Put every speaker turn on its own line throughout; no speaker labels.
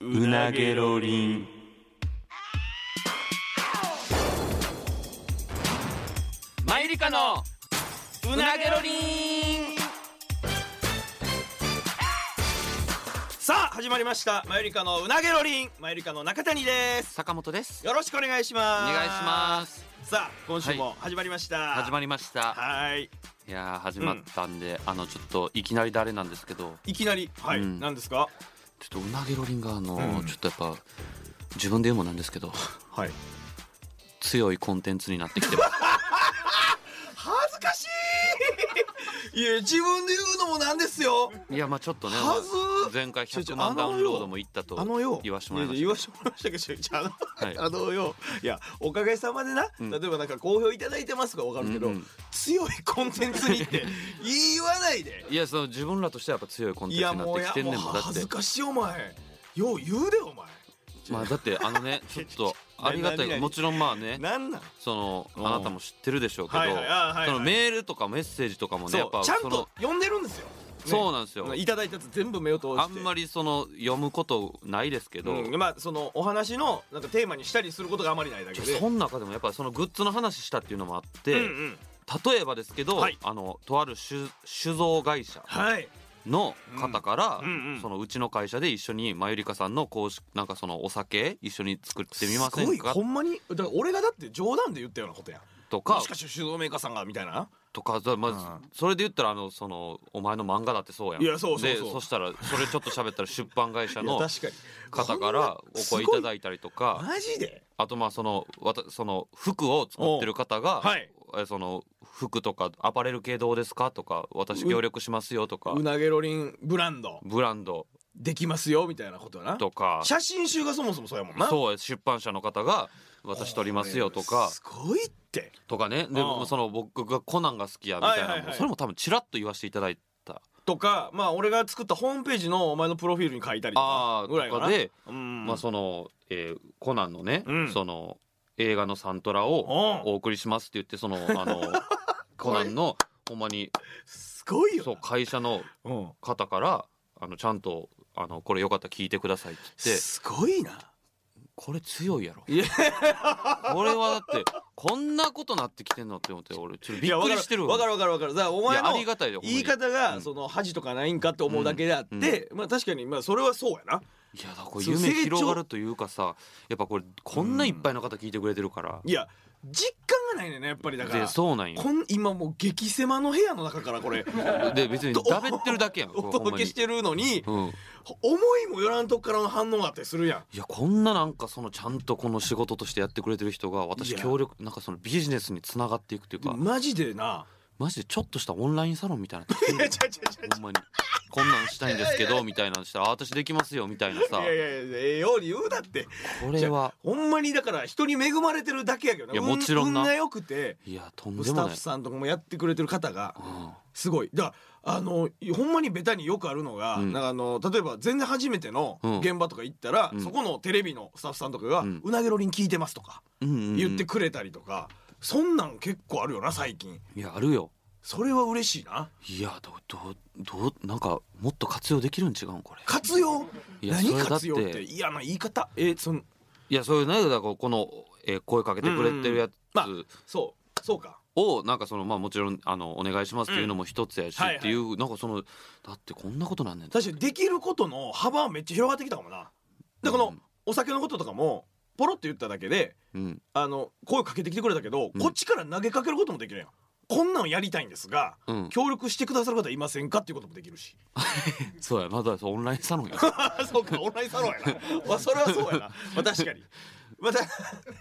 うなげろりん
マユリカのうなげろりん
さあ始まりましたマユリカのうなげろりんマユリカの中谷です
坂本です
よろしくお願いしま
お
す
願いします
すさあ今週も始まりました、
始まりました
はい
いやー始まったんで、あのちょっといきなりであれなんですけど
いきなりはい、
うん
何ですか
ちょっとうなげろりんがあの、
うん
ちょっとやっぱ自分で言うもなんですけど
はい
強いコンテンツになってきてます
恥ずかしい いや自分で言うのもなんですよ
いやまあちょっとね
はず
前回
ちょちょ
100万ダウンロードもいったと
あのよ
言わしてもらいま
やや言わ
し
してもらいましたけどちょあの
たは い
あのよいやおかげさまでな、
うん
例えばなんか好評いただいてますがわかるけど、
うんうん
強いコンテンツにって 言わないで
いやその自分らとしてはやっぱ強いコンテ
い
ンツ
や
になっ
もう
て
や
きてん
もう
ねんもんだっ
恥
て
ずかしいお前よう言うでお前
まあだってあ のねちょっとありがた
何
い
何
もちろんまあね
なんなん
その
うん
あなたも知ってるでしょうけど
はいはいあはいはい
そのメールとかメッセージとかも
そ
ねや
う
っぱ
ちゃん
その
と読んでるんですよ、ね
そうなんですよ
いただいたやつ全部目を通して
あんまりその読むことないですけど
うん、まあそのお話のなんかテーマにしたりすることがあまりないだけで
その中でもやっぱそのグッズの話したっていうのもあって
うんうん
例えばですけど
はい
あのとある酒酒造会社
はい
の方から
うんうんうん
そのうちの会社で一緒にまゆりかさんの公式なんかそのお酒一緒に作ってみますせ
ご
ん
い
か
ほんまにだから俺がだって冗談で言ったようなことやん
と
も
か
しかして酒造メーカーさんがみたいな
とかだまあ
う
それで言ったらあのそのお前の漫画だってそうやん
いやそうそうそう
でそしたらそれちょっと喋ったら出版会社
いや
の
確かに
方からお
すご
声
い
いただいたりとか
マジで
あとまあそのわたその服を作ってる方が、
おうはい
えその服とかアパレル系どうですかとか私協力しますよとか
うなげろりんブランド
ブランド
できますよみたいなことやな
とか
写真集がそもそもそうやもんな
そうや出版社の方が私撮りますよとか
すごいって
とかねで
ああ
その僕がコナンが好きやみたいなのも、
はいはいはい
それも多分ちらっと言わせていただいた
とかまあ俺が作ったホームページのお前のプロフィールに書いたりと
あ
か
ー
ぐらいか
とか
な
で、
うん
まあその、えーコナンのね、
うん
その映画のサントラを
おう
お送りしますって言ってそのあ のコナンのほんまに
すごいよな
そう会社の
うん
方からあのちゃんとあのこれよかったら聞いてくださいって言って
すごいな
これ強いやろ
いや
これはだってこんなことなってきてんのって思って俺ちょっとびっくりしてる
わかるわかるわかるだからお前
いや
の
ありがたいよほんま
言
に
い方
う
が
ん
その恥とかないんかって思うだけであってまあ確かにまあそれはそうやない
やだからこれ
そう
夢
成長
広がるというかさやっぱこれこんないっぱいの方聞いてくれてるから、
いや実感がないねんなやっぱりだから
でそうなんよ
こん今もう激狭の部屋の中からこれ
で別にだべってるだけやん
お
これほん
届
ま
け
に
してるのに
うん
思いもよらんとこからの反応があったりするやん
いやこんななんかそのちゃんとこの仕事としてやってくれてる人が
い
私
や
協力なんかそのビジネスにつながっていくという
で
か
もマジでな
マジでちょっとしたオンラインサロンみたいなの
いや違う違う違う
ほんまにこんなんしたいんですけどみたいなのしたらあ私できますよみたいなさ
いやいやいやええように言うだって
これは
ほんまにだから人に恵まれてるだけやけどない
やもちろんな
運運が良くて
いやとんで
ス
も
タ
な
ッ
い
フさんとかもやってくれてる方が
うん
すごいだからあのほんまにベタによくあるのが、
うん
なんかあの例えば全然初めての
うん
現場とか行ったら、
うん
そこのテレビのスタッフさんとかが「
う
うんなげろりん聞いてます」とか
うんうんうん
言ってくれたりとか、そんなん結構あるよな最近
いやあるよ
それは嬉しいない
やどうどうどうなんかもっと活用できるん違うんこれ
活用
いや
何
それだって
活用って嫌な言い方えその
いやそういうねだからこの、えー声かけてくれてるやつ
まあそうそうか
をなんかそのまあもちろんあのお願いしますっていうのも一つやし
うんはいはい
っていうなんかそのだってこんなことなんねん
確かにできることの幅はめっちゃ広がってきたかもなでこ
う
の
ん
お酒のこととかもポロって言っただけで
うん
あの声かけてきてくれたけど、
うん
こっちから投げかけることもできるやんこんなんやりたいんですが
うん
協力してくださる方いませんかっていうこともできるし
そうやなだからオンライン サロンや
あそうかオンラインサロンやな、まあ、それはそうやな、まあ、確かにまた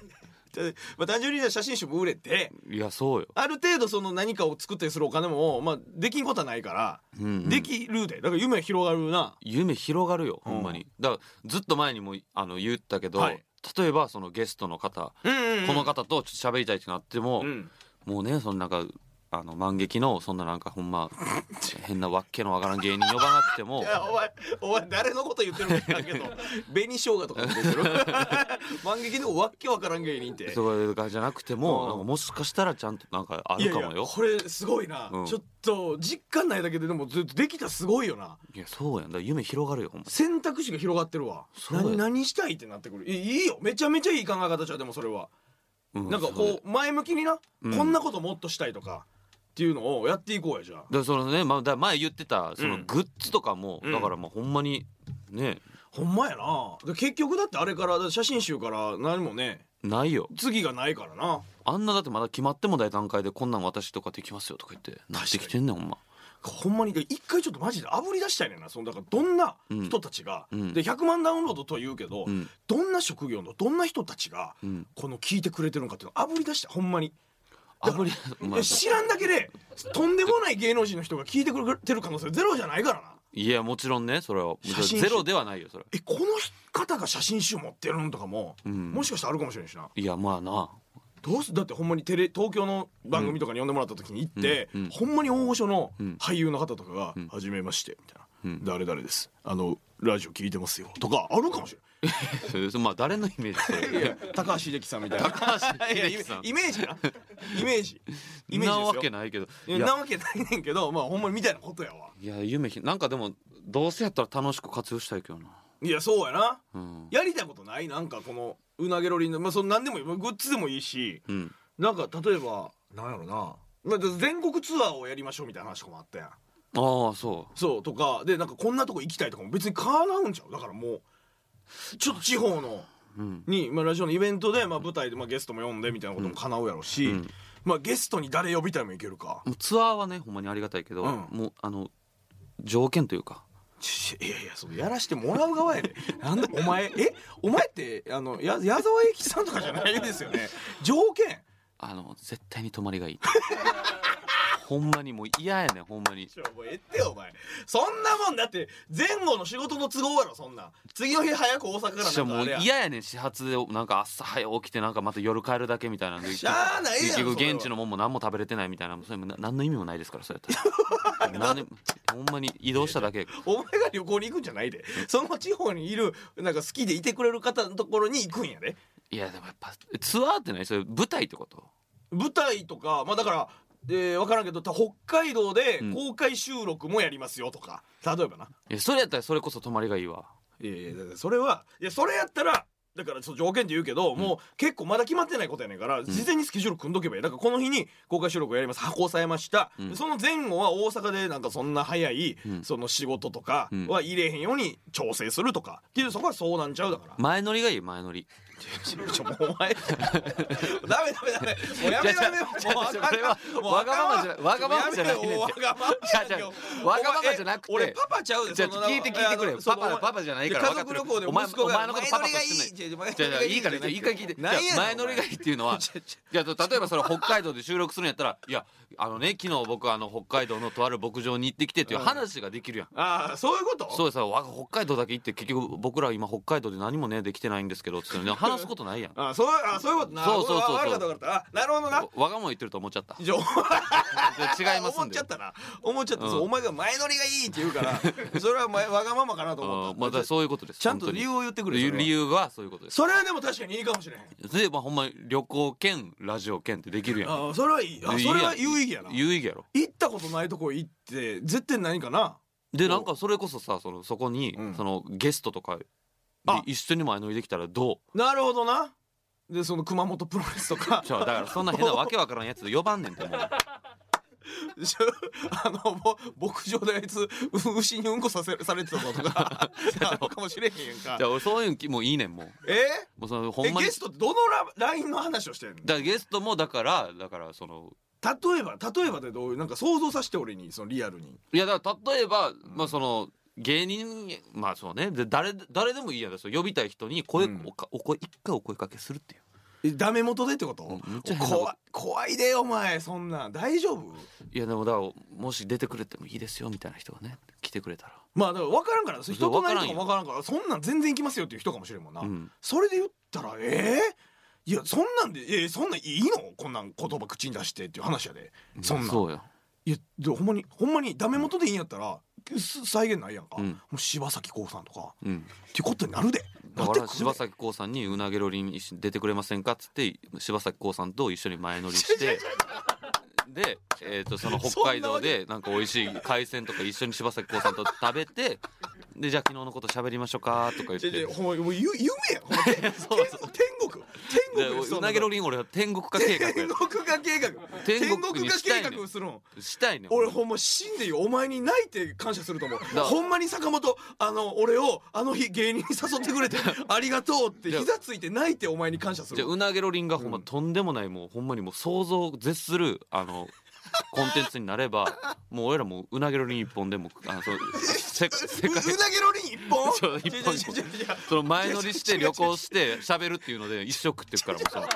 まあ単純に写真集も売れて
いやそうよ、
ある程度その何かを作ったりするお金も、まあ、できんことはないから、
うんうん
できるでだから夢広がるな
夢広がるよほんまに、
う
だからずっと前にもあの言ったけど、
はい
例えばそのゲストの方、
うん
この方とちょっと喋りたいってなっても、
うん
もうねそのなんかあの万劇のそんななんかほんま変なわっけのわからん芸人呼ばなくても
いやお前お前誰のこと言ってるかだけ ど紅生姜とか言ってる 万劇でもわっけわからん芸人って
とかじゃなくて
う
も
ん
なんかもしかしたらちゃんとなんかあ
い
る
や
か
い
も
や
よいや
これすごいな、
うん
ちょっと実感ないだけででもずっとできたらすごいよな
そうやんだから夢広がるよほんま
選択肢が広がってるわ
そうや
何何したいってなってくるいいいよめちゃめちゃいい考え方じゃうでもそれは、
うん
なんか
そうや
こう前向きにな、
うん
こんなこともっとしたいとかっていうのをやっていこうやじゃあ
だからそのね、まあ、だから前言ってたその
うん
グッズとかも、
うん
だからまあほんまにね
ほんまやなで結局だってあれからだから写真集から何もね
ないよ
次がないからな
あんなだってまだ決まってもない段階でこんなん私とかできますよとか言ってなってきてんねんほんま
ほんまに一回ちょっとマジで炙り出したいねんなそのだからどんな
うん
人たちが、
うん
で100万ダウンロードとは言うけど、
うん
どんな職業のどんな人たちが
うん
この聞いてくれてるのかっていうのを炙り出したほんまに
あぶりお前
え知らんだけでとんでもない芸能人の人が聞いてくれてる可能性ゼロじゃないからない
やもちろんねそれは
写真集
ゼロではないよそれは
えこの方が写真集持ってるのとかも、
うん
もしかしたらあるかもしれないしない
やまあな
どうすだってほんまにテレ東京の番組とかに呼んでもらった時に行って、
うんうん
ほんまに大御所の
うん
俳優の方とかが
ん
「はじめまして」みたいな
う
「
ん
誰々ですあのラジオ聞いてますよ」とかあるかもし
まあ誰のイメージそ
れないい
れ
や高橋英樹さんみたいな
高橋
いやイ
英
メ
樹さん
イメージなイメージイメージですよ
なわけないけど
いや
いや
なわけないねんけどまあほんまにみたいなことやわ
いや夢ひなんかでもどうせやったら楽しく活用したいけどない
やそうやな
うん
やりたいことないなんかこのうなげロリンの、まあ、その何でもいいまあグッズでもいいし
うん
なんか例えばなんやろな、まあ、全国ツアーをやりましょうみたいな話とかもあったやん
ああそ
そうとかでなんかこんなとこ行きたいとかも別に叶うんちゃうだからもうちょっと地方の
ううん
に、まあ、ラジオのイベントで、まあ、舞台で、まあ、ゲストも呼んでみたいなことも叶うやろし、
うん
まあ、ゲストに誰呼びたいもいけるか
もうツアーはねほんまにありがたいけど、
うん
もうあの条件というか
ちいやいやそのやらしてもらう側やで なんでお前えお前ってあのや矢沢永吉さんとかじゃないですよ ね条件
あの絶対に泊まりがいい ほんまにもう嫌やねんほんまに
ちょもうええってよお前そんなもんだって前後の仕事の都合やろそんなん次の日早く大阪からなん
しか
か
も
あ
う
れや
嫌やねん始発でなんか朝早起きてなんかまた夜帰るだけみたいなんで
しゃあないやん
結局
それは
現地のもんも何も食べれてないみたいなそれもな何の意味もないですからそれやっ たら何ほんまに移動しただけ
お前が旅行に行くんじゃないでその地方にいるなんか好きでいてくれる方のところに行くんやで
いやでもやっぱツアーってないそれ舞台ってこと
舞台とかまあだから、えー、分からんけどた北海道で
うん
公開収録もやりますよとか、例えばない
やそれやったらそれこそ泊まりがいいわ
いやいやだからそれはいやそれやったらだからその条件で言うけど、もう結構まだ決まってないことやねんから事前にスケジュール組んどけばいいだからこの日に公開収録をやります箱押さえました、
うん
その前後は大阪でなんかそんな早い、
うん
その仕事とか
うん
は入れへんように調整するとかっていうそこはそうなんちゃうだから、
前乗りがいい前乗り
ちょちょもうお前 ダメダメダメもうやめ
いや
ダメ
ちょ
もうあ
ちょ
かん
それは
もう
わがままじゃ
あかん
わがままじゃないねんて
もうわがままじゃない
いや じゃあわがままじゃなくて
お前え俺パパちゃうで
じゃあ
その
聞いて聞いてくれよ
あのその
パパパパじゃないから
家族旅行で
分かっ
息
てる
子が
お前お前のことパパとして
前乗り
じゃあじゃ
が
あ
いい
いいからいいから一回聞いてじゃあ前乗りがいい
い
っていうのはじゃあ例えばそれ北海道で収録するんやったらいやあのね昨日僕あの北海道のとある牧場に行ってきてっていう話ができるやん、
ああそういうこと
そうさわ北海道だけ行って結局僕ら今北海道で何もねできてないんですけどつってね話すことな いやん
あそうあそういうことな
そうそうそうそ
分
う
かった分かったあなるほどな
わがまま言ってると思っちゃった
じゃあ
じゃあ違います
思っ
んで
ちゃったな思っちゃった、
うん
そうお前が前乗りがいいって言うから それは前わがままかなと思
あ
った
まだそういうことです
ちゃんと
本当
理
に
由を言ってくれそれは
理由はそういうことです
それはでも確かにいいかもしれへん
でまあほんまに旅行兼ラジオ兼ってできるやん
あそれはいいあ
で
それはい
いやん
有意義やな
有意義やろ
行ったことないとこ行って絶対何かな
でなんかそれこそさそのそこに、
うん
そのゲストとかで
あ
一緒に前乗りできたらど
なるほどなでその熊本プロレスとか
うじゃあだ からそんな変なわけわからんやつで呼ばんねんってもう
しょ あのぼ牧場であいつう牛にうんこさせされてたぞ とかあるかもしれへんやんか
じゃあ俺そういうのもういいねんもう
え
もうそのほ
え
んまに
ゲストってどのララインの話をしてんの
だからゲストもだからだからその
例えば例えばでどういうなんか想像させて俺にそのリアルに
いやだから例えば、まあその芸人まあそうねで誰誰でもいいやんその呼びたい人に声、
うん
おかお声一回お声かけするっていう
えダメ元でってこと
うんめっちゃ変なこと
怖い怖いでお前そんなん大丈夫
いやでもだからもし出てくれてもいいですよみたいな人がね来てくれたら
まあだから分からんから人となりとかも
分
分からんからそんなん全然行きますよっていう人かもしれんもんな、
うん
それで言ったらええいやそんなんでいやいやそんなんいいのこんなん言葉口に出してっていう話やでそんなん
そうよ
いやでほんまにほんまにダメ元でいいんやったらす再現ないやんか、
うん
もう柴咲コウさんとか
うん
っていうことになるでな
だ
っ
か
て
ら
くる
柴
で
咲コウさんに「うなげろりん一緒に出てくれませんか?」っつって柴咲コウさんと一緒に前乗り してで、えー、とその北海道でなんか美味しい海鮮とか一緒に柴咲コウさんと食べてでじゃあ昨日のこと喋りましょうかとか言っ
ち
て
ょち
で
ょほんまもうゆ夢やんほん ま天国天国です
うなげろ
り
りん俺は天国化計画
天
や
国が計画
天
天
国
国
に
が
したい
計
ねん
画をするん
したいね
俺ほんま死んでいいよお前に泣いて感謝すると思う
ら
ほんまに坂本あの俺をあの日芸人に誘ってくれてありがとうって
じゃあ
膝ついて泣いてお前に感謝す
じゃ
る
あうなげろりんがほんま
うん
とんでもないもうほんまにもう想像を絶するあのコンテンツになればもう俺らもううなげろりん一本でもあのそうせ世
ううな
界
げろりん一本
そう一本
違う違う違う違う
その前乗りして旅行して喋るっていうので一生食ってくからもうその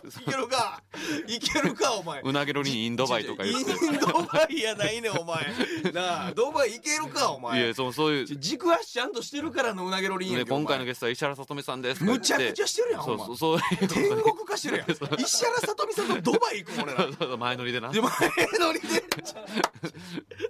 いけるかいけるかお前
うなげろりんインドバイとか言
イ
っ
ン
て
ドバイやないねんお前なあドバイいけるかお
い
前
やそのそういう、
ち軸足ちゃんとしてるからのうなげろりんや
ね、
けどお
今
前
回のゲストは石原さとみさんですとか言
む
っ
ちゃくちゃしてるやん
そ
お
う
前
そうそういう
天国化してるやん石原さとみさんとドバイ行くもん俺ら
そうそう前乗りでな
で前乗りで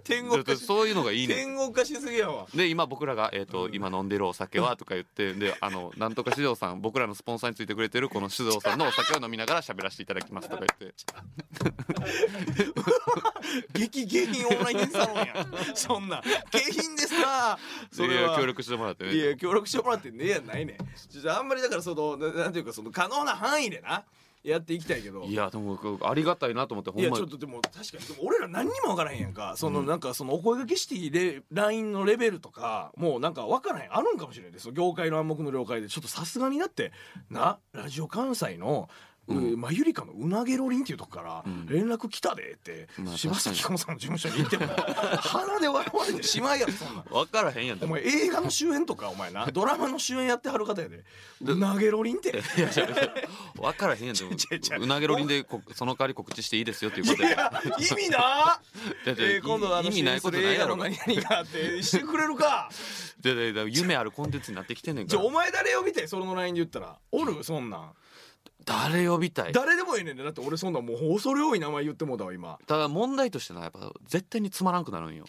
天国化し
そういうのがいいね
天国化しすぎやわ
で今僕らが、えーと今飲んでるお酒は」とか言ってであのなんとか酒造さん僕らのスポンサーについてくれてるこの酒造さんのお酒を飲みながら喋らせていただきますとか言って
激下品オンラインサロンやんそんな下品ですなそ
い
れ
や
は
協力してもらってね
いや協力してもらってねえやないねんちょっとあんまりだからそのななんていうかその可能な範囲でなやっていきたいけど
いやでもありがたいなと思ってほ
い
ん
や
ま
ちょ
に
っとでも確かにでも俺ら何にも分からへんやんかそのなんかそのお声掛けしていいレ LINE のレベルとかもうなんか分からへんあるんかもしれないです業界の暗黙の了解でちょっとさすがになってなラジオ関西の、う
うん
まゆりかのうなげろりんっていうとこから
うん
連絡来たでって、
まあ
柴咲コウさんの事務所に行っても鼻で笑われてしまいやろそんなん
分からへんやんで
お
も
前映画の主演とかお前なドラマの主演やってはる方やでうなげろりんって
いやいやいや 分からへんやんでも
ちゃちゃ
うなげろりんでこその代わり告知していいですよっていう
い
ことや
や意味な
だって
えー今度はあの
意味ないこと
主演する
ないや
映画
ろ
の何々があってしてくれる か
だだだ夢あるコンテンツになってきてんねん
じ
か
ゃあお
ら
前誰呼びたいそのラインで言ったらおるそんなん
誰呼びたい
誰でもいいねんでだって俺そんなんもう恐れ多い名前言ってもうたわ今
ただ問題としてなやっぱ絶対につまらんくなるんよ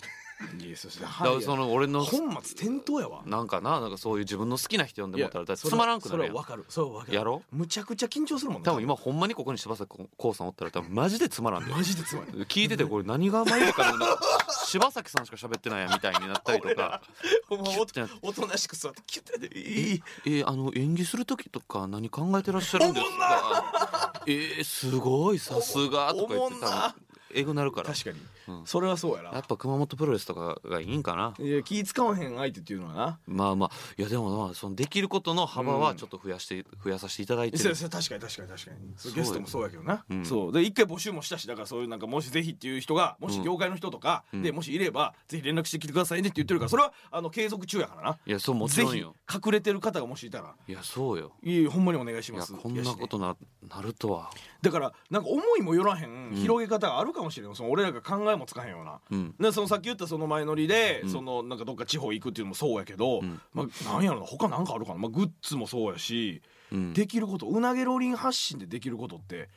いやそして
だからその俺の
本末転倒やわ
なんかななんかそういう自分の好きな人呼んでもらったらだって
それ
つまらんくなるや
そ
ん
れは分かるそれは分かる
やろ
むちゃくちゃ緊張するもんな
多分今ほんまにここに柴咲コウさんおったら多分マジでつまらんで
マジでつまり
聞いててこれ何が迷うかな柴咲さんしか喋ってないやみたいになったりとか
お前お
キュッてなって
おとなしく座ってキュッてやっていい
「えあの演技する時とか何考えてらっしゃるんですか?」「えー、すごいさすが」とか言っ
おもん
て
な
た英語なるから
確かに、
うん
それはそうや
や
な
っぱ熊本プロレスとかがいいんかない
や気使わへん相手っていうのはな
まあまあいやでもまあそのできることの幅はちょっと増やして、増やさせていただいて
そう
る
そう確かに確かに確かにそう
そう
ゲストもそうやけどな、
うん
そうで一回募集もしたしだからそういうなんかもしぜひっていう人がもし業界の人とか、
うん
でもしいればぜひ連絡してきてくださいねって言ってるからそれはあの継続中やからない
やそうもちろんよ
ぜひ隠れてる方がもしいたら
いやそうよ
いいほんまにお願いし
い
ま
や
す
こんなことななるとは
だからなんか思いもよらへん
ん
広げ方があるかもしれん、その俺らが考えもつかへんような
うん
でそのさっき言ったその前乗りで、
うん
そのなんかどっか地方行くっていうのもそうやけど、
うん
まあ、なんやろな他なんかあるかな、まあ、グッズもそうやし
うん
できることうなげロリン発信でできることって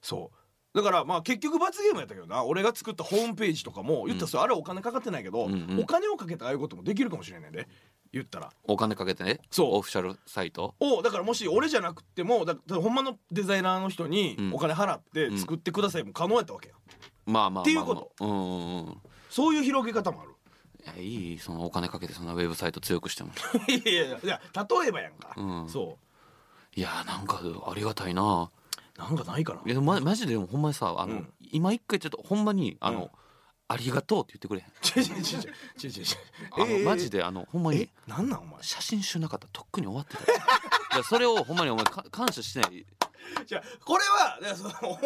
そうだからまあ結局罰ゲームやったけどな俺が作ったホームページとかも言ったらそれあれはお金かかってないけど、
うんうん
お金をかけてああいうこともできるかもしれないね言ったら。
お金かけてね
そう
オフィシャルサイト
おだからもし俺じゃなくてもだからほんまのデザイナーの人に
うん
お金払って作ってくださいも可能やったわけや、
まあまあまあまあ
っていうこ
うんうんうん
そういう広げ方もある
いやいいそのお金かけてそんなウェブサイト強くしても
いやいやいやいや例えばやんか、
うん
そ
いやなんかありがたいな
うなんかないかない
やでもまマジででもほんまにさあの、
うん
今一回ちょっとほんまにあの、
うん
ありがとうって言ってくれへん
ちょちょちょちょちょちょちょ
あの、マジであのほんま
え
に
なんなんお前
写真集なかったらとっくに終 わってたよいやそれをほんまにお前か感謝してない
じゃあこれはだからその ほんま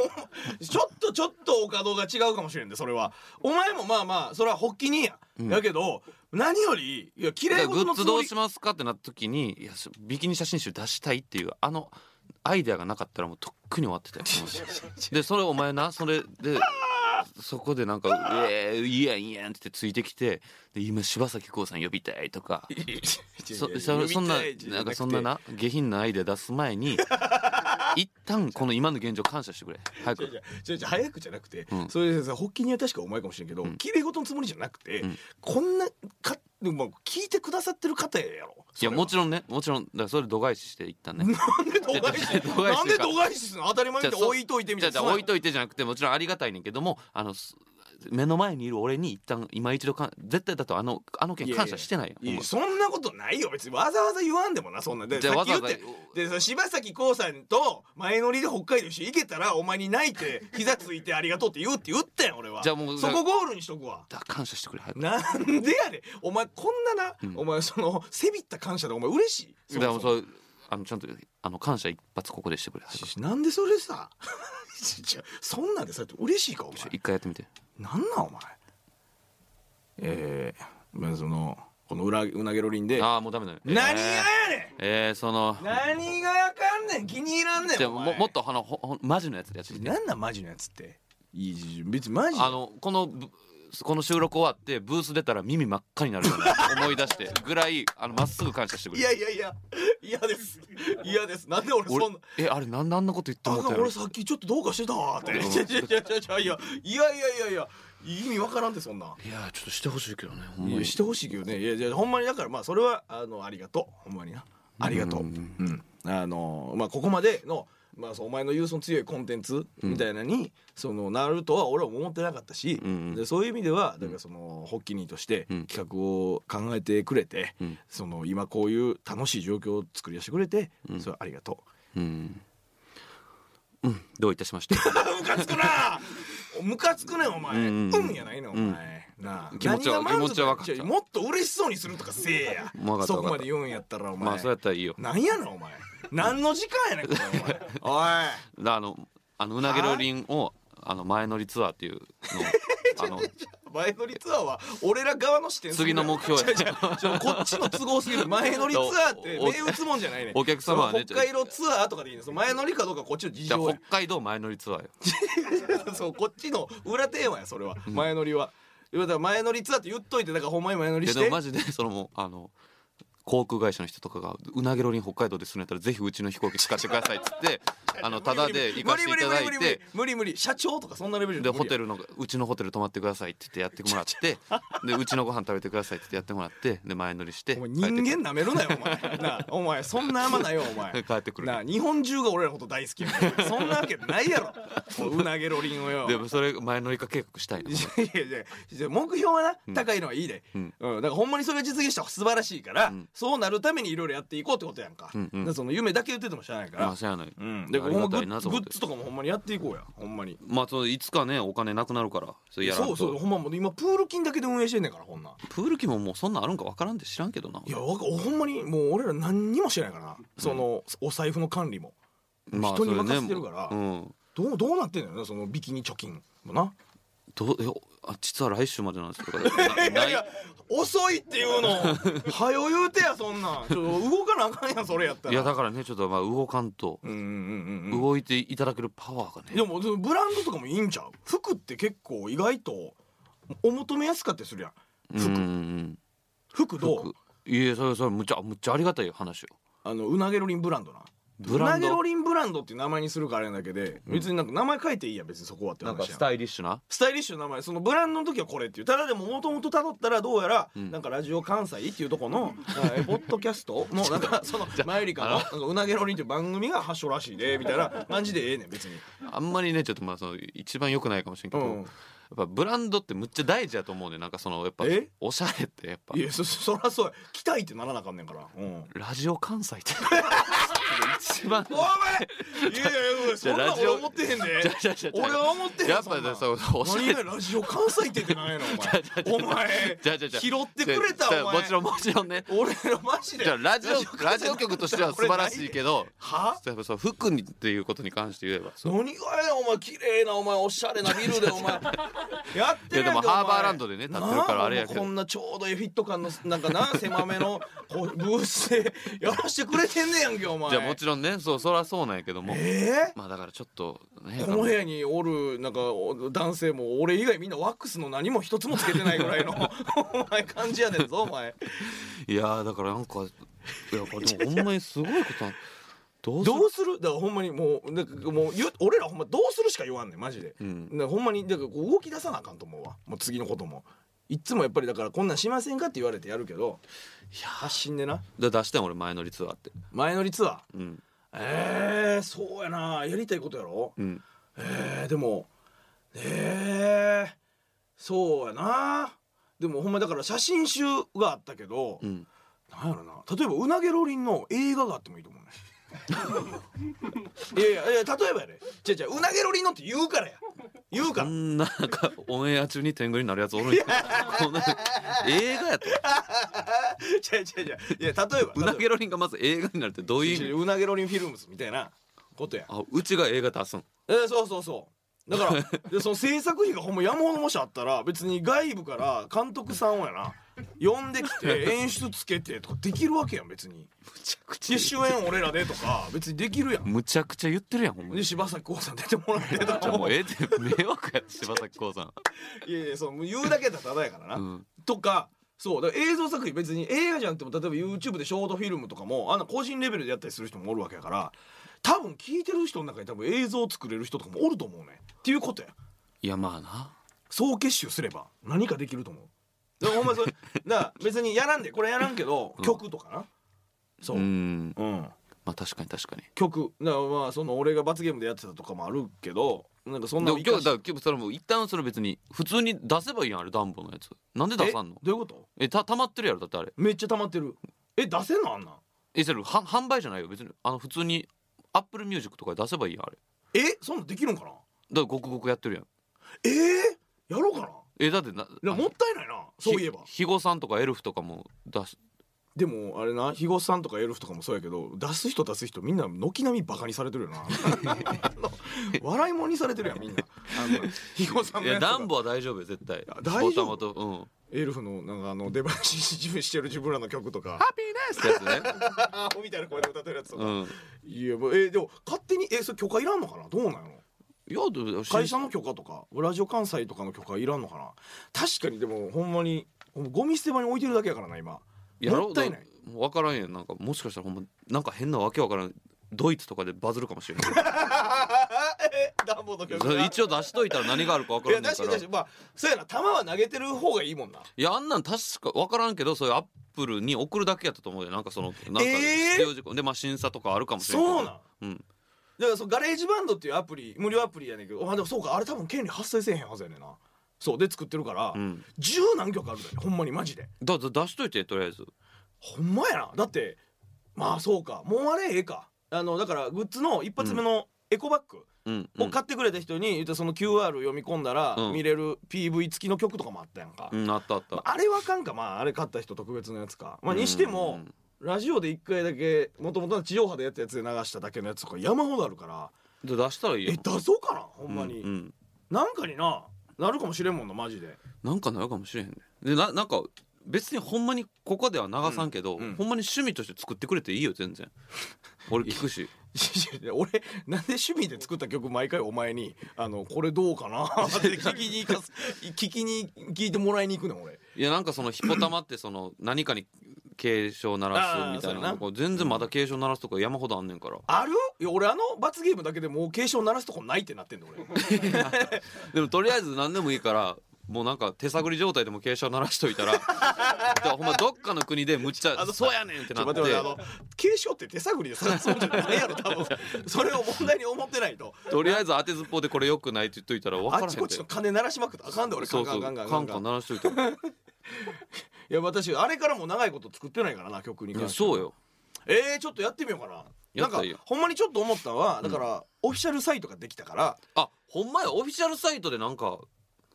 ちょっとちょっとお稼働が違うかもしれんでそれはお前もまあまあそれは発起人や、
うん
だけど何よりいや綺
だか
麗
らグ
事のつ
ッズ
も
ど
り
うしますかってなった時にいやそビキニ写真集出したいっていうあのアイデアがなかったらもうとっくに終わってた よでそれお前なそれでそこでなんか「ええいいやんいいやん」ってついてきてで今柴咲コウさん呼びたいとか
いやいやいや
そ
いや
そそんな
読みたいじゃ
な
く
んか
て
そんなな下品なアイデア出す前に一旦この今の現状感謝してくれ早
違う
く
違う違う違う早くじゃなくて、
うん
それでさ発起人は確かお前かもしれんけど、
うん
きれい事のつもりじゃなくて、
うん
こんなかでも聞いてくださってる方やろ
いやもち
ろ
ろんねもちろんだからそれ度外視して一 旦ね
んなんで度外視
いや度外視
なんで度外視するの当たり前みたい
じ
に
ゃあ
置いといてみ
じ
たいな
ゃあじゃあ置いといてじゃなくてもちろんありがたいねんけどもあのす目の前にいる俺に一旦今一度かん絶対だとあのあの件感謝してないよ
いやそんなことないよ別にわざわざ言わんでもなそんなで
じゃ
さ
あ
っ
わ
き
ざ
言
わ
っ
ざ
てでさ柴咲コウさんと前乗りで北海道一緒に行けたらお前に泣いて 膝ついてありがとうって言うって言ったよ俺は
じゃあもう
そこゴールにしとくわ
だ感謝してくれ早く
なんでやねんお前こんなな、
うん
お前そのせびった感謝でお前嬉しい
だからもう
そも
そうあのちゃんとあの感謝一発ここでしてくれ早く
そもなんでそれさ ちょそんなんでそれって嬉しいかお前
一回やってみて
なんなんお前えー、まあそのこのうらうなげろりんで
ああもうダメだよ
何がやね
えーえーその
ん何がやかんねん気に入らんねん
じゃあ
お
も
前
もっとあのほほんマジのやつでやってみて
なんなんマジのやつっていいじ別にマジ
あのこのブこの収録終わってブース出たら耳真っ赤になるような思い出してぐらいあのまっすぐ感謝してく
い
れ
やいやいや嫌です嫌ですなんで俺そ
俺
んな
えあれなんであんなこと言って
あ
もう
か
たんや
ん
ろ
俺さっきちょっとどうかしてたわって
うん
ちょちょちょちょちょいやいやいやいやいや意味わからんでそんない
やちょっとしてほしいけどねほんま
いや
に
してほしいけどねいやいやほんまにだからまあそれはあのありがとうほんまになありがとうう
うん
んあのまあここまでのまあそうお前の言うその強いコンテンツみたいなのにそのなるとは俺は思ってなかったし
うんうん
でそういう意味ではだからそのホッキニーとして
うん
企画を考えてくれて
うん
その今こういう楽しい状況を作り出してくれて
うん
それはありがとう
うん、うん、どういたしまし て
ムカつくな ムカつくねお前う
うんんうん
やないのお前なあ
気持ちは
何が満足
気持ちは分かった
ちょもっと嬉しそうにするとかせえや
分かった
そこまで言うんやったらお前
まあそうやったらいいよ
なんやねんお前何の時間やねんこれお 前
だあのあのうなげろりんをあの前乗りツアーっていうのをあの
おい前乗りツアーは俺ら側の視点すぎ
次
る
の目標や
ちょこっちの都合すぎる前乗りツアーって
お
目打つもんじゃないねん
お客様はね
その北海道ツアーとかでいいねんその前乗りかどうかこっちの事
じゃあ
情や
北海道前乗りツアーよ
そうこっちの裏テーマやそれは前乗りは。いやだから前乗りツアーって言っといてだからほんまに前乗り
いや
して
でもマジでそのもうあの航空会社の人とかがうなげろりん北海道ですんやったらぜひうちの飛行機使ってくださいっつって あのタダで行かせていただい
無理無理無理無理
て
無理無理社長とかそんなレベル
でホテ
ル
ルのうちのホテル泊まってくださいって言ってやってもらってでうちのご飯食べてくださいって言ってやってもらってで前乗りして
お
帰
前
って
人
くる
間舐めるなよお 前なあお前そんな甘ないよお前
帰ってくる
なあ日本中が俺らのこと大好きやからそんなわけないやろうなげろりんをよ
でもそれ前乗り化計画したいない
やいやいやいや目標はな、高いのはいいで、うん
ん
だからほんまにそれが実現したら素晴らしいから、
ん
そうなるためにいろいろやっていこうってことやんか,、
うんうん
だからその夢だけ言っててもしゃあないから、
まあせやない、
うん、で
あ
ほ
り
んま
が
グ
た
ッ
いなと
グ
思っ
ッ
て
ズとかもほんまにやっていこうやほんまに
まあそのいつかねお金なくなるからそれやら
そ
んと
うそうほんまもう今プール金だけで運営してんねんからこんなん
プール機ももうそんなんあるんかわからんで知らんけどない
やわかほんまにもう俺ら何にもしてないからな、そのお財布の管理も
まあ
人に
それね
任せてるから
うん
どうどうなってんのよなそのビキニ貯金もな
どうえあ実は来週までなんですけどな い
いやいや遅いって いうのはよ言うてやそんなんちょっと動かなあかんやんそれやったら
いやだからねちょっとまあ動かんと、
うんうんうんうん
動いていただけるパワーがね
でもでもブランドとかもいいんちゃう服って結構意外とお求めやすかったりするやん
うんうん
服
う
ど
ん
う
僕いやそれそれむっちゃむっちゃありがたい話よ
あのうなげろりんブランドな
ブラン
うなげ
ド
ろりんブランドっていう名前にするからあれなだけで、別になんか名前書いていいやん別にそこはって話
な
や
んかスタイリッシュな
スタイリッシュの名前そのブランドの時はこれっていうただでももともとたどったらどうやら、
ん
なんかラジオ関西っていうとこ のえーポッドキャストのなんかそのマユリカのなんかうなげろりんっていう番組が発祥らしいでみたい な感じでええねん別に
あんまりねちょっとまあその一番良くないかもしれんけど、
うん
やっぱブランドってむっちゃ大事やと思うねなんかそのやっぱ
え
おしゃれってやっぱ
いやそ そそらそうや来たいってならなあかんねんから、うん、
ラジオ 関西って一番
お前いやいやいやそん
じゃ
な
あラジ
俺
オ
思ってへんで
じゃあじゃあじゃあ
俺は思ってへん
やっ
そ
ぱね
んな
そうおしゃれ
何がラジオ関西ってってないのお前お前
じゃあじゃあじゃあ
拾ってくれた
じゃあ
お前
もちろんもちろんね
俺らマジで
じゃあラジオラジオ局としては素晴らしいけど
は
やっぱそう服にっていうことに関して言えばそう
何がやお前綺麗なお前おしゃれなビ ルでお前やってるやんけ
いやでも
お前
ハーバーランドでね立ってるから
な
あれやけど
こんなちょうどええフィット感のなんかな狭めのこうブースでやらしてくれてんねやんけお前
じゃあもちろんねそうそらそうなんやけども
え
まあだからちょっとね
えこの部屋におるなんかお男性も俺以外みんなワックスの何も一つもつけてないぐらいの お前感じやねんぞお前
いやーだからなんかいやこれでもほんまにすごいことなどうする
どうするだからほんまにもうなんかもう言う俺らほんまどうするしか言わんねんマジで
うん、
なほんまにだからこう動き出さなあかんと思うわもう次のこともいっつもやっぱりだからこんなんしませんかって言われてやるけど
いや
発信でな
だ出したん俺前乗りツアーって
前乗りツアー
うん
えー、そうやなやりたいことやろ
うん
えー、でもえー、そうやなでもほんまだから写真集があったけど、
うん
なんやろな例えばうなげロリンの映画があってもいいと思うね いやいやいや例えばやでじゃじゃうなげロリンのって言うからや言うか
こ
ら
んななんかオンエア中に天狗になるやつおる んやこんな映画やと
じゃじゃじゃいや例えば
うな
例え
げロリンがまず映画になるってどう
ば
いう意
違
味
ううなげロリンフィルムスみたいなことや
あうちが映画出すん
えーそうそうそうだ からでその制作費がほんま山ほどもしあったら別に外部から監督さんをやな呼んでき て演出つけてとかできるわけやん別に
むちゃく
で主演俺らでとか別にできるやん
むちゃくちゃ言ってるやんほんま
で
に
柴咲コウさん出てもらってと
じゃ
か
あも
も
う
い
ええって迷惑やって柴咲コ ウさ
やいやそうもう言うだけだったらただやからな、
ん、うん、
とかそうだから映像作品別に映画じゃなくても例えば YouTube でショートフィルムとかもあんな個人レベルでやったりする人もおるわけやから多分聞いてる人の中に多分映像を作れる人とかもおると思うねっていうことや
いやまあな
総結集すれば何かできると思うでもお前それ だから別にやらんでこれやらんけど、
うん
曲とかなそうう、うん
んまあ確かに確かに
曲だからまあその俺が罰ゲームでやってたとかもあるけどなんかそん
で
な
も今日だから今日それもう一旦それ別に普通に出せばいいやんあれダンボのやつなんで出さんの
えどういうこと
えた溜まってるやろだってあれ
めっちゃ溜まってるえ出せんのあんなん
えそれは販売じゃないよ別にあの普通にアップルミュージックとかで出せばいいやんあれ
えそんなんできるんかな
だからごくごくやってるやん
えー、やろうかな
えだってな
でももったいないなそういえば
ひ肥後さんとかエルフとかも出す
でもあれな肥後さんとかエルフとかもそうやけど出す人出す人みんな軒並みバカにされてるよな あの笑いもんにされてるやんみんなあの肥後さん
い
のやつ
や
とか
ダンボは大丈夫よ絶対
や大丈夫
ボタンとうん
エルフのなんかあの出囃子してる自分らの曲とか
ピーですってやつね
アホみたいな声で歌ってるやつとか、
うん
いやもうえでも勝手にえそれ許可いらんのかなどうなの
いやでも
会社の許可とかラジオ関西とかの許可いらんのかな確かにでもほんまにゴミ捨て場に置いてるだけやからな今
やろ
もったいない
分からんやんなんかもしかしたらほんまなんか変なわけわからんドイツとかでバズるかもしれない
ダンボの
それ一応出しといたら何があるかわか
い
ら
や
んねん
確
か
からに確かにまあそうやな球は投げてる方がいいもんない
やあんなん確か分からんけどそういうアップルに送るだけやったと思うよなんかそのなんか
えー
必要事項でまあ審査とかあるかもしれんけど
そうなん
うん
だからそうガレージバンドっていうアプリ無料アプリやねんけどあでもそうかあれ多分権利発生せえへんはずやねんなそうで作ってるから
うん
十、何曲あるでほんまにマジで
だだ出しといてとりあえず
ほんまやなだってまあそうかもうあれええかあのだからグッズの一発目のエコバッグ
うんう
を
ん
買ってくれた人に言ったらその QR を読み込んだら
うん
見れる PV 付きの曲とかもあったやんか、
うんあったあった
まああれはあかんかまああれ買った人特別のやつかまあにしても、
うん
ラジオで一回だけもともと地上波でやったやつで流しただけのやつとか山ほどあるから
で出したらいい
え
やん
出そうかなほんまに、
うんうん
なんかにななるかもしれんもんなマジで
なんかなるかもしれへんねでななんか別にほんまにここでは流さんけど、
うんうん
ほんまに趣味として作ってくれていいよ 全然俺聞く
い
し
や俺なんで趣味で作った曲毎回お前に「あのこれどうかな?」って聞きに行かす聞きに聞いてもらいに行くねん俺
いやなんかそのヒポタマってその何かに警鐘鳴らすみた
あーそ
い
うやな
なとこ全然まだ警鐘鳴らすとか山ほどあんねんから
あるいや俺あの罰ゲームだけでもう警鐘鳴らすとこないってなってんの俺
でもとりあえず何でもいいからもうなんか手探り状態でも警鐘鳴らしとい たらだからほんまどっかの国でむっちゃ
あの
「そうやねん!」っ
ちょ
てなっ
待
て
って待ってあの警鐘って手探りで探すもんじゃないやろ多 分それを問題に思ってないと
とりあえず当てずっぽうでこれよくないって言っといたら分か
あ
らへん
っ
で
ちこっちの金鳴らしまくったらあかんで俺カ
そ
ン
う
カ
そ
ン
う
カ
カ
ン
ン
カン
カン鳴らしといたらい
いや私あれからもう長いこと作ってないからな曲に関
や
しては
そうよ
えー、ちょっとやってみようかな
や
な
っ
ん
た
から
いいよ
ほんまにちょっと思ったのはだから、オフィシャルサイトができたから
あほんまやオフィシャルサイトでなんか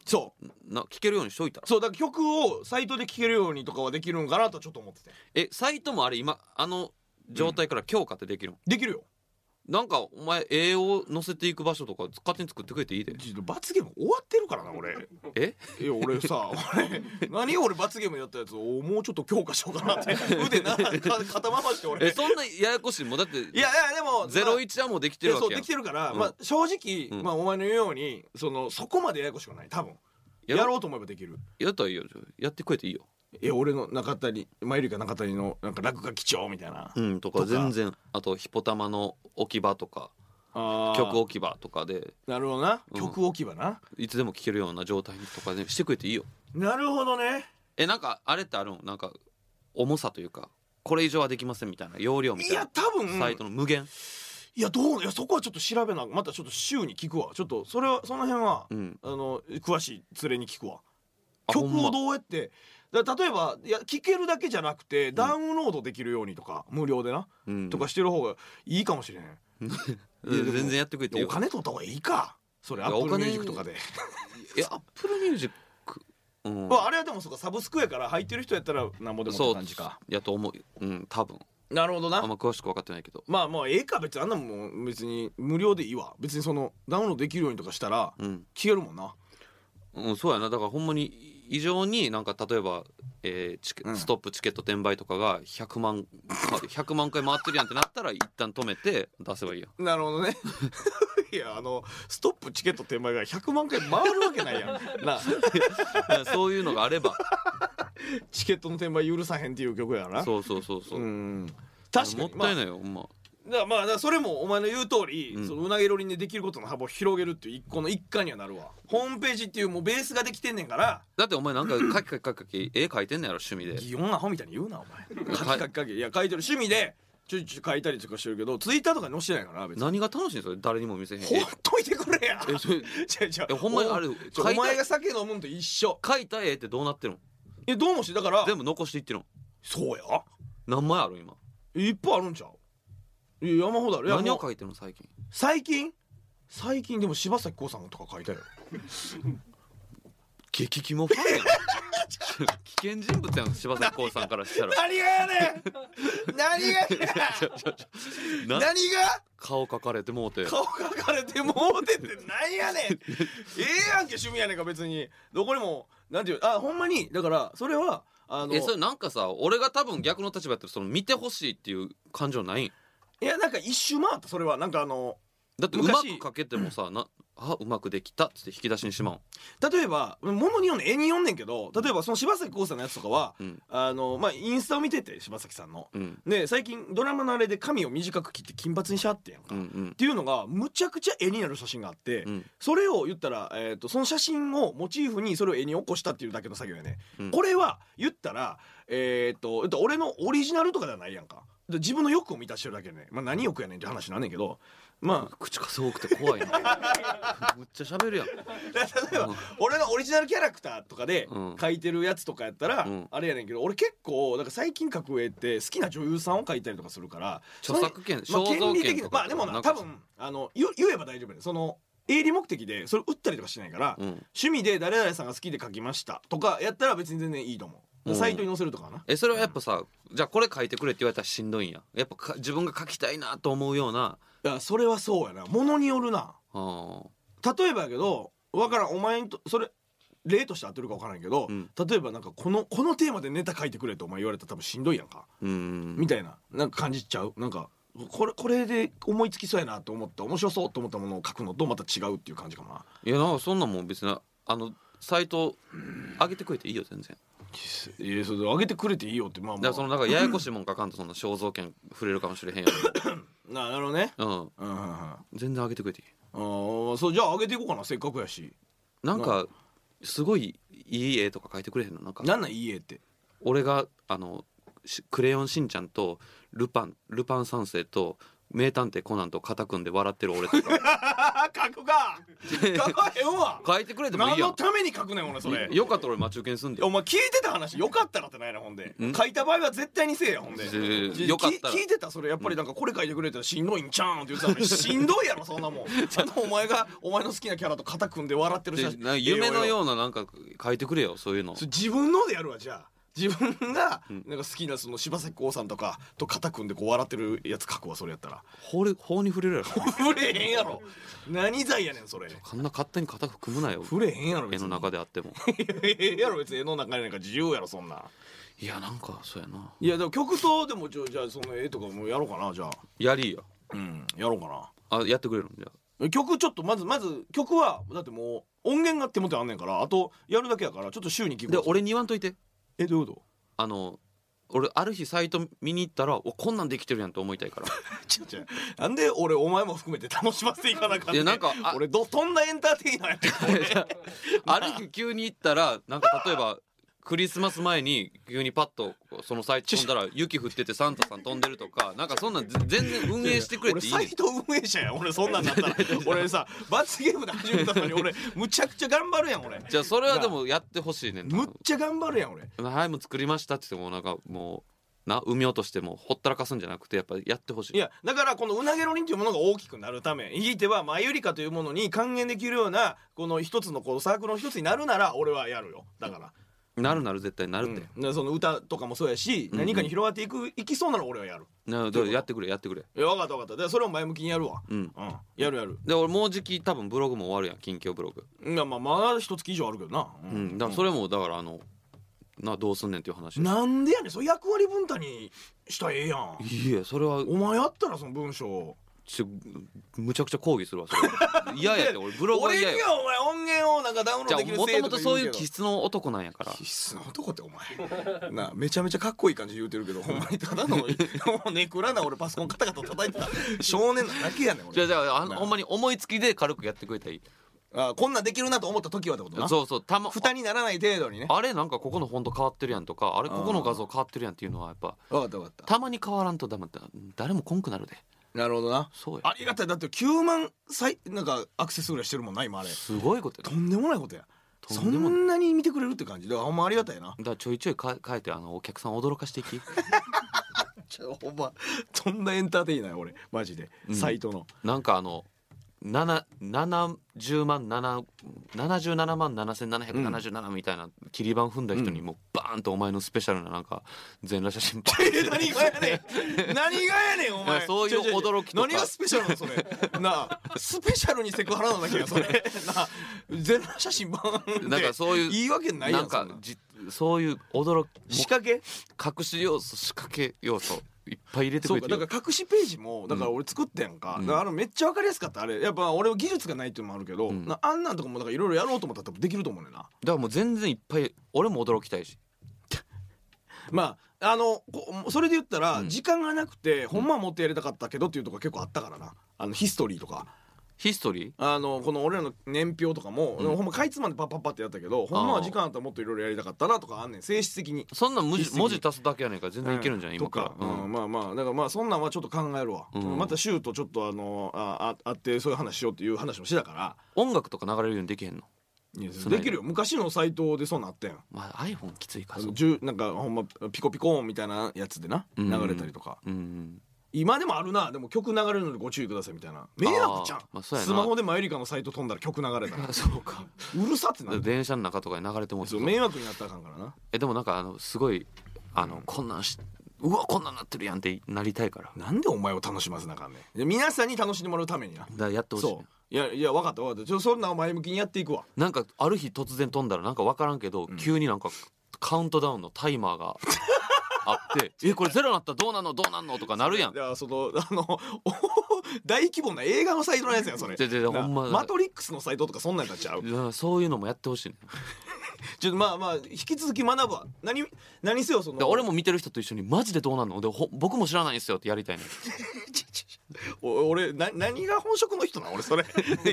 そう
な聞けるようにしといたら
そうだから曲をサイトで聴けるようにとかはできるんかなとちょっと思ってて
えサイトもあれ今あの状態から強化ってできるの
できるよ
なんかお前絵を載せていく場所とか勝手に作ってくれていいで
ちょっと罰ゲーム終わってるからな俺
え
いや俺さ俺何俺罰ゲームやったやつをもうちょっと強化しようかな って腕なか肩回して俺
え
い
そんなややこしいもうだって
やいやでも
ゼロイチはもうできてるわ
そう
けや
で
ん
きてるから、
うん
まあ正直、
うん
まあお前の言うようにそのそこまでややこしくない多分
や
や
ろ
ろうと思えばできる
やったらいいよじゃあやってくれていいよ
え俺の中谷前よりか中谷のなんか落書き帳みたいな、
うん、とか
とか
全然あとヒポタマの置き場とか
あー
曲置き場とかで
なるほどな
うん
曲置き場な、
いつでも聴けるような状態にとかねしてくれていいよ
なるほどね
えなんかあれってあるのなんか重さというかこれ以上はできませんみたいな容量み
い
たい
や
な
多分
サイトの無限
いやどういやそこはちょっと調べなまたちょっと週に聞くわちょっとそれはその辺は、
うん
あの詳しい連れに聞くわ
あ
曲
ほんま
をどうやってだから例えばいや聞けるだけじゃなくて、ダウンロードできるようにとか無料でな、
うん
とかしてる方がいいかもしれん、
う
い
ん
やでも
全然やってくれていい
でお
よ
金取った方がいいかそれ
い
ア
や
ップル
お
ミュ
金
ージックとかで、
えアップルミュージックうん
まああれはでもそうかサブスクやから入ってる人やったらなんぼでもって感じか
やと思ううん多分
なるほどな
あんま詳しく分かってないけど
まあまあええか別にあんなもん別に無料でいいわ別にそのダウンロードできるようにとかしたら
うん、
消えるもんな
うん、そうやなだからほんまに異常になんか例えば、えーチケ
うん
ストップチケット転売とかが100万 か100万回回ってるやんってなったら一旦止めて出せばいいやん
なるほどね いやあのストップチケット手前が100万回回るわけ ないやんなあ
だ からそういうのがあれば
チケットの転売許さへんっていう曲やからな
そうそうそうそう、
ん確かに
もったいないよ、ほんま
まあだからまあだからそれもお前の言う通り、
うん
そのうなげろりんでできることの幅を広げるっていう一個の一環にはなるわホームページっていうもうベースができてんねんから
だってお前なんか書き書き書き書き絵描いてんのやろ趣味で
擬音アホみたいに言うなお 前書
は
き
い
書き書きいや書いてる趣味でちょいちょい書いたりとかしてるけどツイッターとかに載せてないからな別に
何が楽しいんですか誰にも見せへん
ほっといてくれや
ええそれ
違う違う
えほんまにあれ
お
書いた
お前が酒飲むんと一緒
描いた絵ってどうなってるの
えどうもしてだから
全部残していってるの
そうや
何枚ある今
いっぱいあるんちゃういや山ほどあるいや
何を
もう
描いてるの最近
最近最近でも柴咲コウさんとか書いたよ
激キモファ ンやん危険人物やん柴咲コウさんからし たら
何がやねん何がや
な
何が
顔描かれてもうて
顔描かれてもうてってなんや ねんええやんけ趣味やねんか別にどこにもなんていうあほんまにだからそれはあの
えそれなんかさ俺が多分逆の立場やったらその見てほしいっていう感情ないん
いやなんか一周回ったそれはなんかあの
だってうまく
昔
描けてもさなあうまくできたっつって引き出しにしまう
例えばものに読んで絵に読んねんけど例えばその柴咲コウさんのやつとかは
うん
あのまあインスタを見てて柴咲さんの
うん
で最近ドラマのあれで髪を短く切って金髪にしちゃってんやんか、
うんう
っ
ん
ていうのがむちゃくちゃ絵になる写真があって、
うん
それを言ったら、えー、とその写真をモチーフにそれを絵に起こしたっていうだけの作業やね、
うん
これは言ったらえっ、と言ったら俺のオリジナルとかではないやんかで自分の欲を満たしてるだけやね、まあ、何欲やねんって話なんねんけどまあ
口数多くて怖いな むっちゃ喋るやん
例えば俺のオリジナルキャラクターとかで
うん
描いてるやつとかやったら、
うん
あれやねんけど俺結構なんか最近描く絵って好きな女優さんを描いたりとかするから
著作権
まあ、
肖
権
像
利的
権
な
とか
まあでもな多分あの言言えば大丈夫でその営利目的でそれ売ったりとかしないから、
うん
趣味で誰々さんが好きで書きましたとかやったら別に全然いいと思う、
うん
サイトに載せるとかはな
えそれはやっぱさじゃあこれ書いてくれって言われたらしんどいんややっぱか自分が書きたいなと思うようない
やそれはそうやなものによるな
あー
例えばやけどわからんお前にとそれ例として合ってるかわからんけど、
うん
例えばなんかこのこのテーマでネタ書いてくれとお前言われたら多分しんどいやんか、
うん
みたいななんか感じちゃうなんかこれこれで思いつきそうやなと思って面白そうと思ったものを書くのとまた違うっていう感じかない
やなんかそんなんもん別にあのサイト上げてくれていいよ全然
いやそれ上げてくれていいよってまあまあ
だからそのなんかややこしいもん書かんとそんな肖像権触れるかもしれへんや
ななるほどね
ろうん
うんうんうんあ
全然上げてくれていい
ーそうじゃあ上げていこうかなせっかくやし
なんかすごいいい絵とか書いてくれへんのなんか
なんなんいい絵って
俺があのしクレヨンしんちゃんとルパンルパン三世と名探偵コナンと肩組んで笑ってる俺とか
書く か書かへんわ
書いてくれてもい
何
いや
の
ん
ために書くねん俺それ
よかったら俺待ち受けにすんで
お前聞いてた話よかったらってないなほんで
ん
書いた場合は絶対にせえやほんで
いやいやい や
じ
よかったら
聞聞いてたそれやっぱりなんかこれ書いてくれたらしんどいんちゃうんって言ってたのにしんどいやろそんな もんあのお前がお前の好きなキャラと肩組んで笑ってる
で
写
なん
真
か夢の
う
ようななんか書いてくれよそういうの
それ自分のでやるわじゃあ自分がなんか好きなその柴咲コウさんとかと肩組んでこう笑ってるやつ書くわそれやった ら
法律法に触れるやろ
触れへんやろ何罪やねんそれ
こんな勝手に肩組むなよ
触れへんやろ
絵
別に
の中であっても
ええ やろ別に絵の中やねんから自由やろそんない
やなんかそうやない
やでも曲とでもちょじゃあその絵とかもやろうかなじゃあ
やりや
うんやろうか
あやってくれるんじゃあ
な曲ちょっとまずまず曲はだってもう音源が手元にあんねんからあとやるだけやからちょっと週に聞く
で
わ
俺に言わんといて
えどういうこ
あの俺ある日サイト見に行ったらおこんなんできてるやんと思いたいから
と ちょちょなんで俺お前も含めて楽しませていかなあかん
い
ね
やなんかあ
俺どどんなエンターテイナーやねん
ある日急に行ったらなんか例えばクリスマス前に急にパッとそのサイト飛んだら雪降っててサンタさん飛んでると かなんかそんなんぜ全然運営してくれ
俺
ていいね
サ
ん
イト運営者やん俺そんなんだ ったら俺さ罰ゲームで始めたのに俺むちゃくちゃ頑張るやん俺
じゃあそれはでもやってほしいねんな
むっちゃ頑張るやん俺
はいもう作りましたって言ってもなんかもうな産み落としてもほったらかすんじゃなくてやっぱやってほしい
いやだからこのうなげろりんというものが大きくなるためひいてはマユリカというものに還元できるようなこの一つのこうサークルの一つになるなら俺はやるよだから,、
なるなる絶対な
う
る
ん、
って
だ、からその歌とかもそうやし、
うん
何かに広がっていくいきそうなら俺はやる
なだからやってくれやってくれ
いや分かった分かっただからそれを前向きにやるわ
うん
うんやるやる
で俺もうじき多分ブログも終わるやん近況ブログ
いやまあまだ一月以上あるけどな、う
うんだからそれもだからあのなどうすんねんっていう話
なんでやねんそれ役割分担にしたらええやん
いやそれは
お前やったらその文章
ちょむちゃくちゃ抗議するわそれ は嫌やって俺ブログは
俺に
嫌や
はお前音源をなんかダウンロー
じ
ド
ゃ
でき
あ
る
もと
制度か言
もとそう
け
いう
ど
気質の男なんやから
必須の男ってお前なあめちゃめちゃかっこいい感じで言うてるけ どほんまにただの もうネクラな俺パソコンカタカタ叩いてた少年なだけやねん
じゃ
俺
あじゃあ
な
あの
あ
ほんまに思いつきで軽くやってくれたらいい
あこんなんできるなと思った時はってことな
そうそうたま
蓋にならない程度にね
あれなんかここのフォント変わってるやんとかあれここの画像変わってるやんっていうのはやっぱ
分かった分かった
まに変わらんとダメだ誰もこんくなるで
たなるほどな
そうや
ありがたいだって9万再なんかアクセスぐらいしてるもんな今あれ
すごいこと
と
や
んでもないことやそ
とんでもない
んなに見てくれるって感じだからほんまありがたい な
だからちょいちょいか変えてあのお客さん驚かしていき
ちょほんまそんなエンターテイナーや俺マジで、
うん
サイトの
なんかあの7 70万7 77万7777みたいな切り板踏んだ人にもうバーンとお前のスペシャルななんか全裸写真バーン
え 何がやねん何がやねんお
い
前
やそういう
ちょちょちょ
驚きとか
何がスペシャルなのそ れなあスペシャルにセクハラなんだけどそれなあ全裸写真版
なんかそういう
言い訳ないやん
なんか
そんな
じそういう驚き
仕掛け
隠し要素仕掛け要素いっぱい入れてく
そう
れ
か
て
だ
る
から隠しページもだから俺作ってんか,、
うん
だからあのめっちゃ分かりやすかったあれやっぱ俺は技術がないっていうのもあるけど、
うん
なあんなんとかもだからいろいろやろうと思ったら多分できると思うねんな
だからもう全然いっぱい俺も驚きたいし
まああのこそれで言ったら、
うん
時間がなくてほんまはもっとやりたかったけどっていうとこ結構あったからなあのヒストリーとか
ヒストリー
あのこの俺らの年表とかも、
うん
ほんまかいつまんでパッパッパってやったけどほんまは時間あったらもっといろいろやりたかったなとかあんねん性質的に。
そんなん文
必須
字
に
文字足すだけやねんから全然いけるんじゃない、
と
今から
か、うん、まあまあだからまあそんなんはちょっと考えるわ、
うん
またシューとちょっとあのあああってそういう話しようっていう話もしてたか
音楽とか流れるようにできへんの、
らいや
そんな
できるよ昔のサイトでそうなってん
まあ、iPhone きついか
あ
ら
のじゅなんかほんまピコピコ音みたいなやつでな
うん
流れたりとか、
うん
今でもあるなでも曲流れるのでご注意くださいみたいな迷惑じゃん
あー、まあそうやな
スマホでマユリカのサイト飛んだら曲流れたら
そうか
うるさってなる
電車の中とかに流れてもうて
そう迷惑になったらあかんからな
えでもなんかあのすごいあのこんなんしうわこんなんなってるやんってなりたいからだか
なんでお前を楽しませなあかんねんで皆さんに楽しんでもらうためにな
らやってほしいね、
そういやいや分かった分かったちょそんなん前向きにやっていくわ
なんかある日突然飛んだらなんか分からんけど、急になんかカウントダウンのタイマ ーがあって「えこれゼロになったらどうなんのどうなんの?」とかなるやん
だからそのあの 大規模な映画のサイトのやつやんそれ
ででで
な
ほんま
マトリックスのサイトとかそんなんやった らちゃう
いやそういうのもやってほしいね
ちょっとまあまあ引き続き学ぶわ何何せよそ
で
の
俺も見てる人と一緒にマジでどうなんのでほ僕も知らないんですよってやりたいね
お俺な何が本職の人なん俺 それ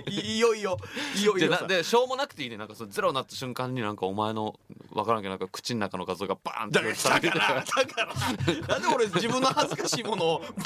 いいよいよいよい
じ
よ
ゃあ
さ
なでしょうもなくていいねなんかそのゼロになった瞬間になんかお前のわからんけどなんか口の中の画像がバーンって
だからだ からだからなんで俺自分の恥ずかしいものを バ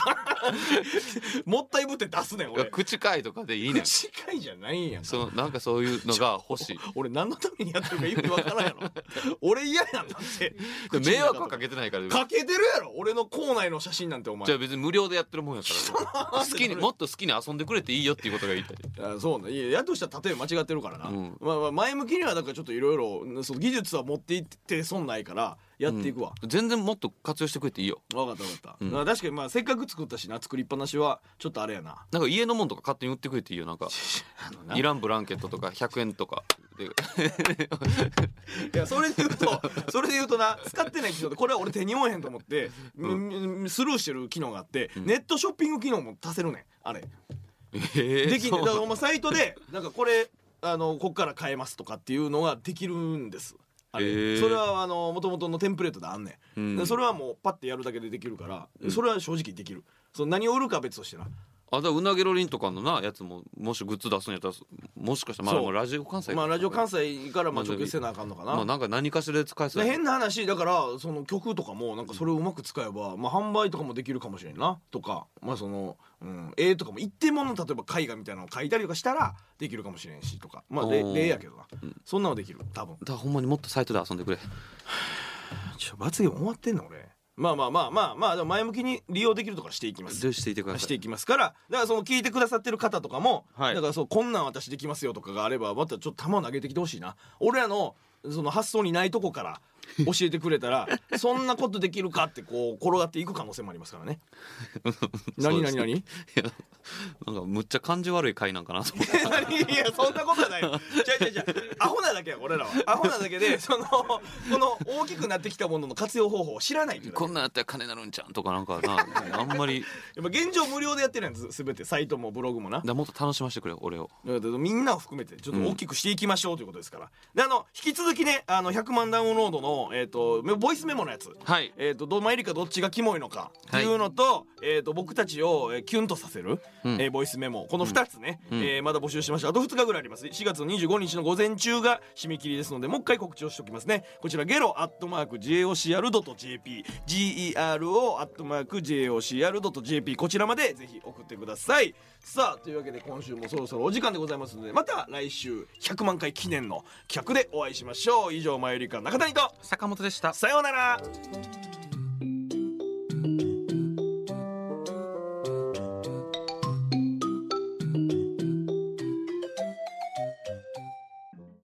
ーンもったいぶって出すねん
いや
俺
口かいとかでいいねん
近いじゃないんやん
そのなんかそういうの が欲しい
俺何のためにやってるか意味わからんやろ 俺嫌やんだって
で迷惑はか
け
けてないから
かけてるやろ俺の校内の写真なんてお前
じゃあ別に無料でやってるもんやから 好きにもっと好きに遊んでくれていいよっていうことが言いたい
あそうねいややっとしたら例え間違ってるからな、
うん
まあ、まあ前向きにはだからちょっといろいろその技術は持っていって損ないからやっていくわ、
うん全然もっと活用してくれていいよ
分かった分かった、
うん
まあ確かにまあせっかく作ったしな作りっぱなしはちょっとあれやな
なんか家のもんとか勝手に売ってくれていい よなんかいらんブランケットとか100円とかで
いやそれで言うと それで言うとな使ってない機能でこれは俺手に負えへんと思って、うんスルーしてる機能があって、ネットショッピング機能も足せるねんあれ
え
できん
そ
だ
う
からお前サイトでなんかこれあのこっから変えますとかっていうのができるんですあれ
へー
それはあの元々のテンプレートであんね、
うんん
でそれはもうパッてやるだけでできるから、
うん
それは正直できるその何を売るかは別としてな
あだからうなげろりんとかのなやつももしグッズ出すんやったらもしかしたらまあ
そう
でもラジオ関西
まあラジオ関
西
西からまあ直結せなあかんのかな、
まあなんか何かしらで使えそう
で
や
変な話だからその曲とかもなんかそれをうまく使えば、まあ、販売とかもできるかもしれんなとか、まあそのうん、絵とかも一定もの例えば絵画みたいなのを描いたりとかしたらできるかもしれんしとかまあれ
おー
例やけどな、そんなのできる多分
だからほんまにもっとサイトで遊んでくれ
ちょ罰ゲーム終わってんの俺まあまあまあまあまあでも前向きに利用できるとかしていきます
ぜひしていてく だ
し
さ
て
い
いきますからだからその聞いてくださってる方とかも、
はい
だからそうこんなん私できますよとかがあればまたちょっと球を投げてきてほしいな俺らのその発想にないとこ から教えてくれたらそんなことできるかってこう転がっていく可能性もあります からね何何 何
いやなんかむっちゃ感じ悪い回なんかなと思って
え何いやそんなことはないよ。違う違う違う。アホなだけや俺らは。アホなだけでそのこの大きくなってきたものの活用方法を知らないっていうだけ
こんなんやったら金なるんちゃうんとかなんかなあんまりだ
や
か
っぱ現状無料でやってるやつすべてサイトもブログもな
らもっと楽しませてくれよ俺を
だからみんなを含めてちょっと大きくしていきましょうということですから、であの引き続きねあの100万ダウンロードの、えー、とメボイスメモのやつ、
はい
えー、とどマイリかどっちがキモいのかっていうのと,、えー、と僕たちをえーキュンとさせる、
うん
えーボイスメモこの2つね、
うん
えーまだ募集しましたあと2日ぐらいあります4月の25日の午前中が締め切りですのでもう一回告知をしておきますねこちらゲロアットマーク JOCR.jpGERO アットマーク JOCR.jp こちらまでぜひ送ってくださいさあというわけで今週もそろそろお時間でございますのでまた来週100万回記念の企画でお会いしましょう以上マユリカ中谷と
坂本でした
さようなら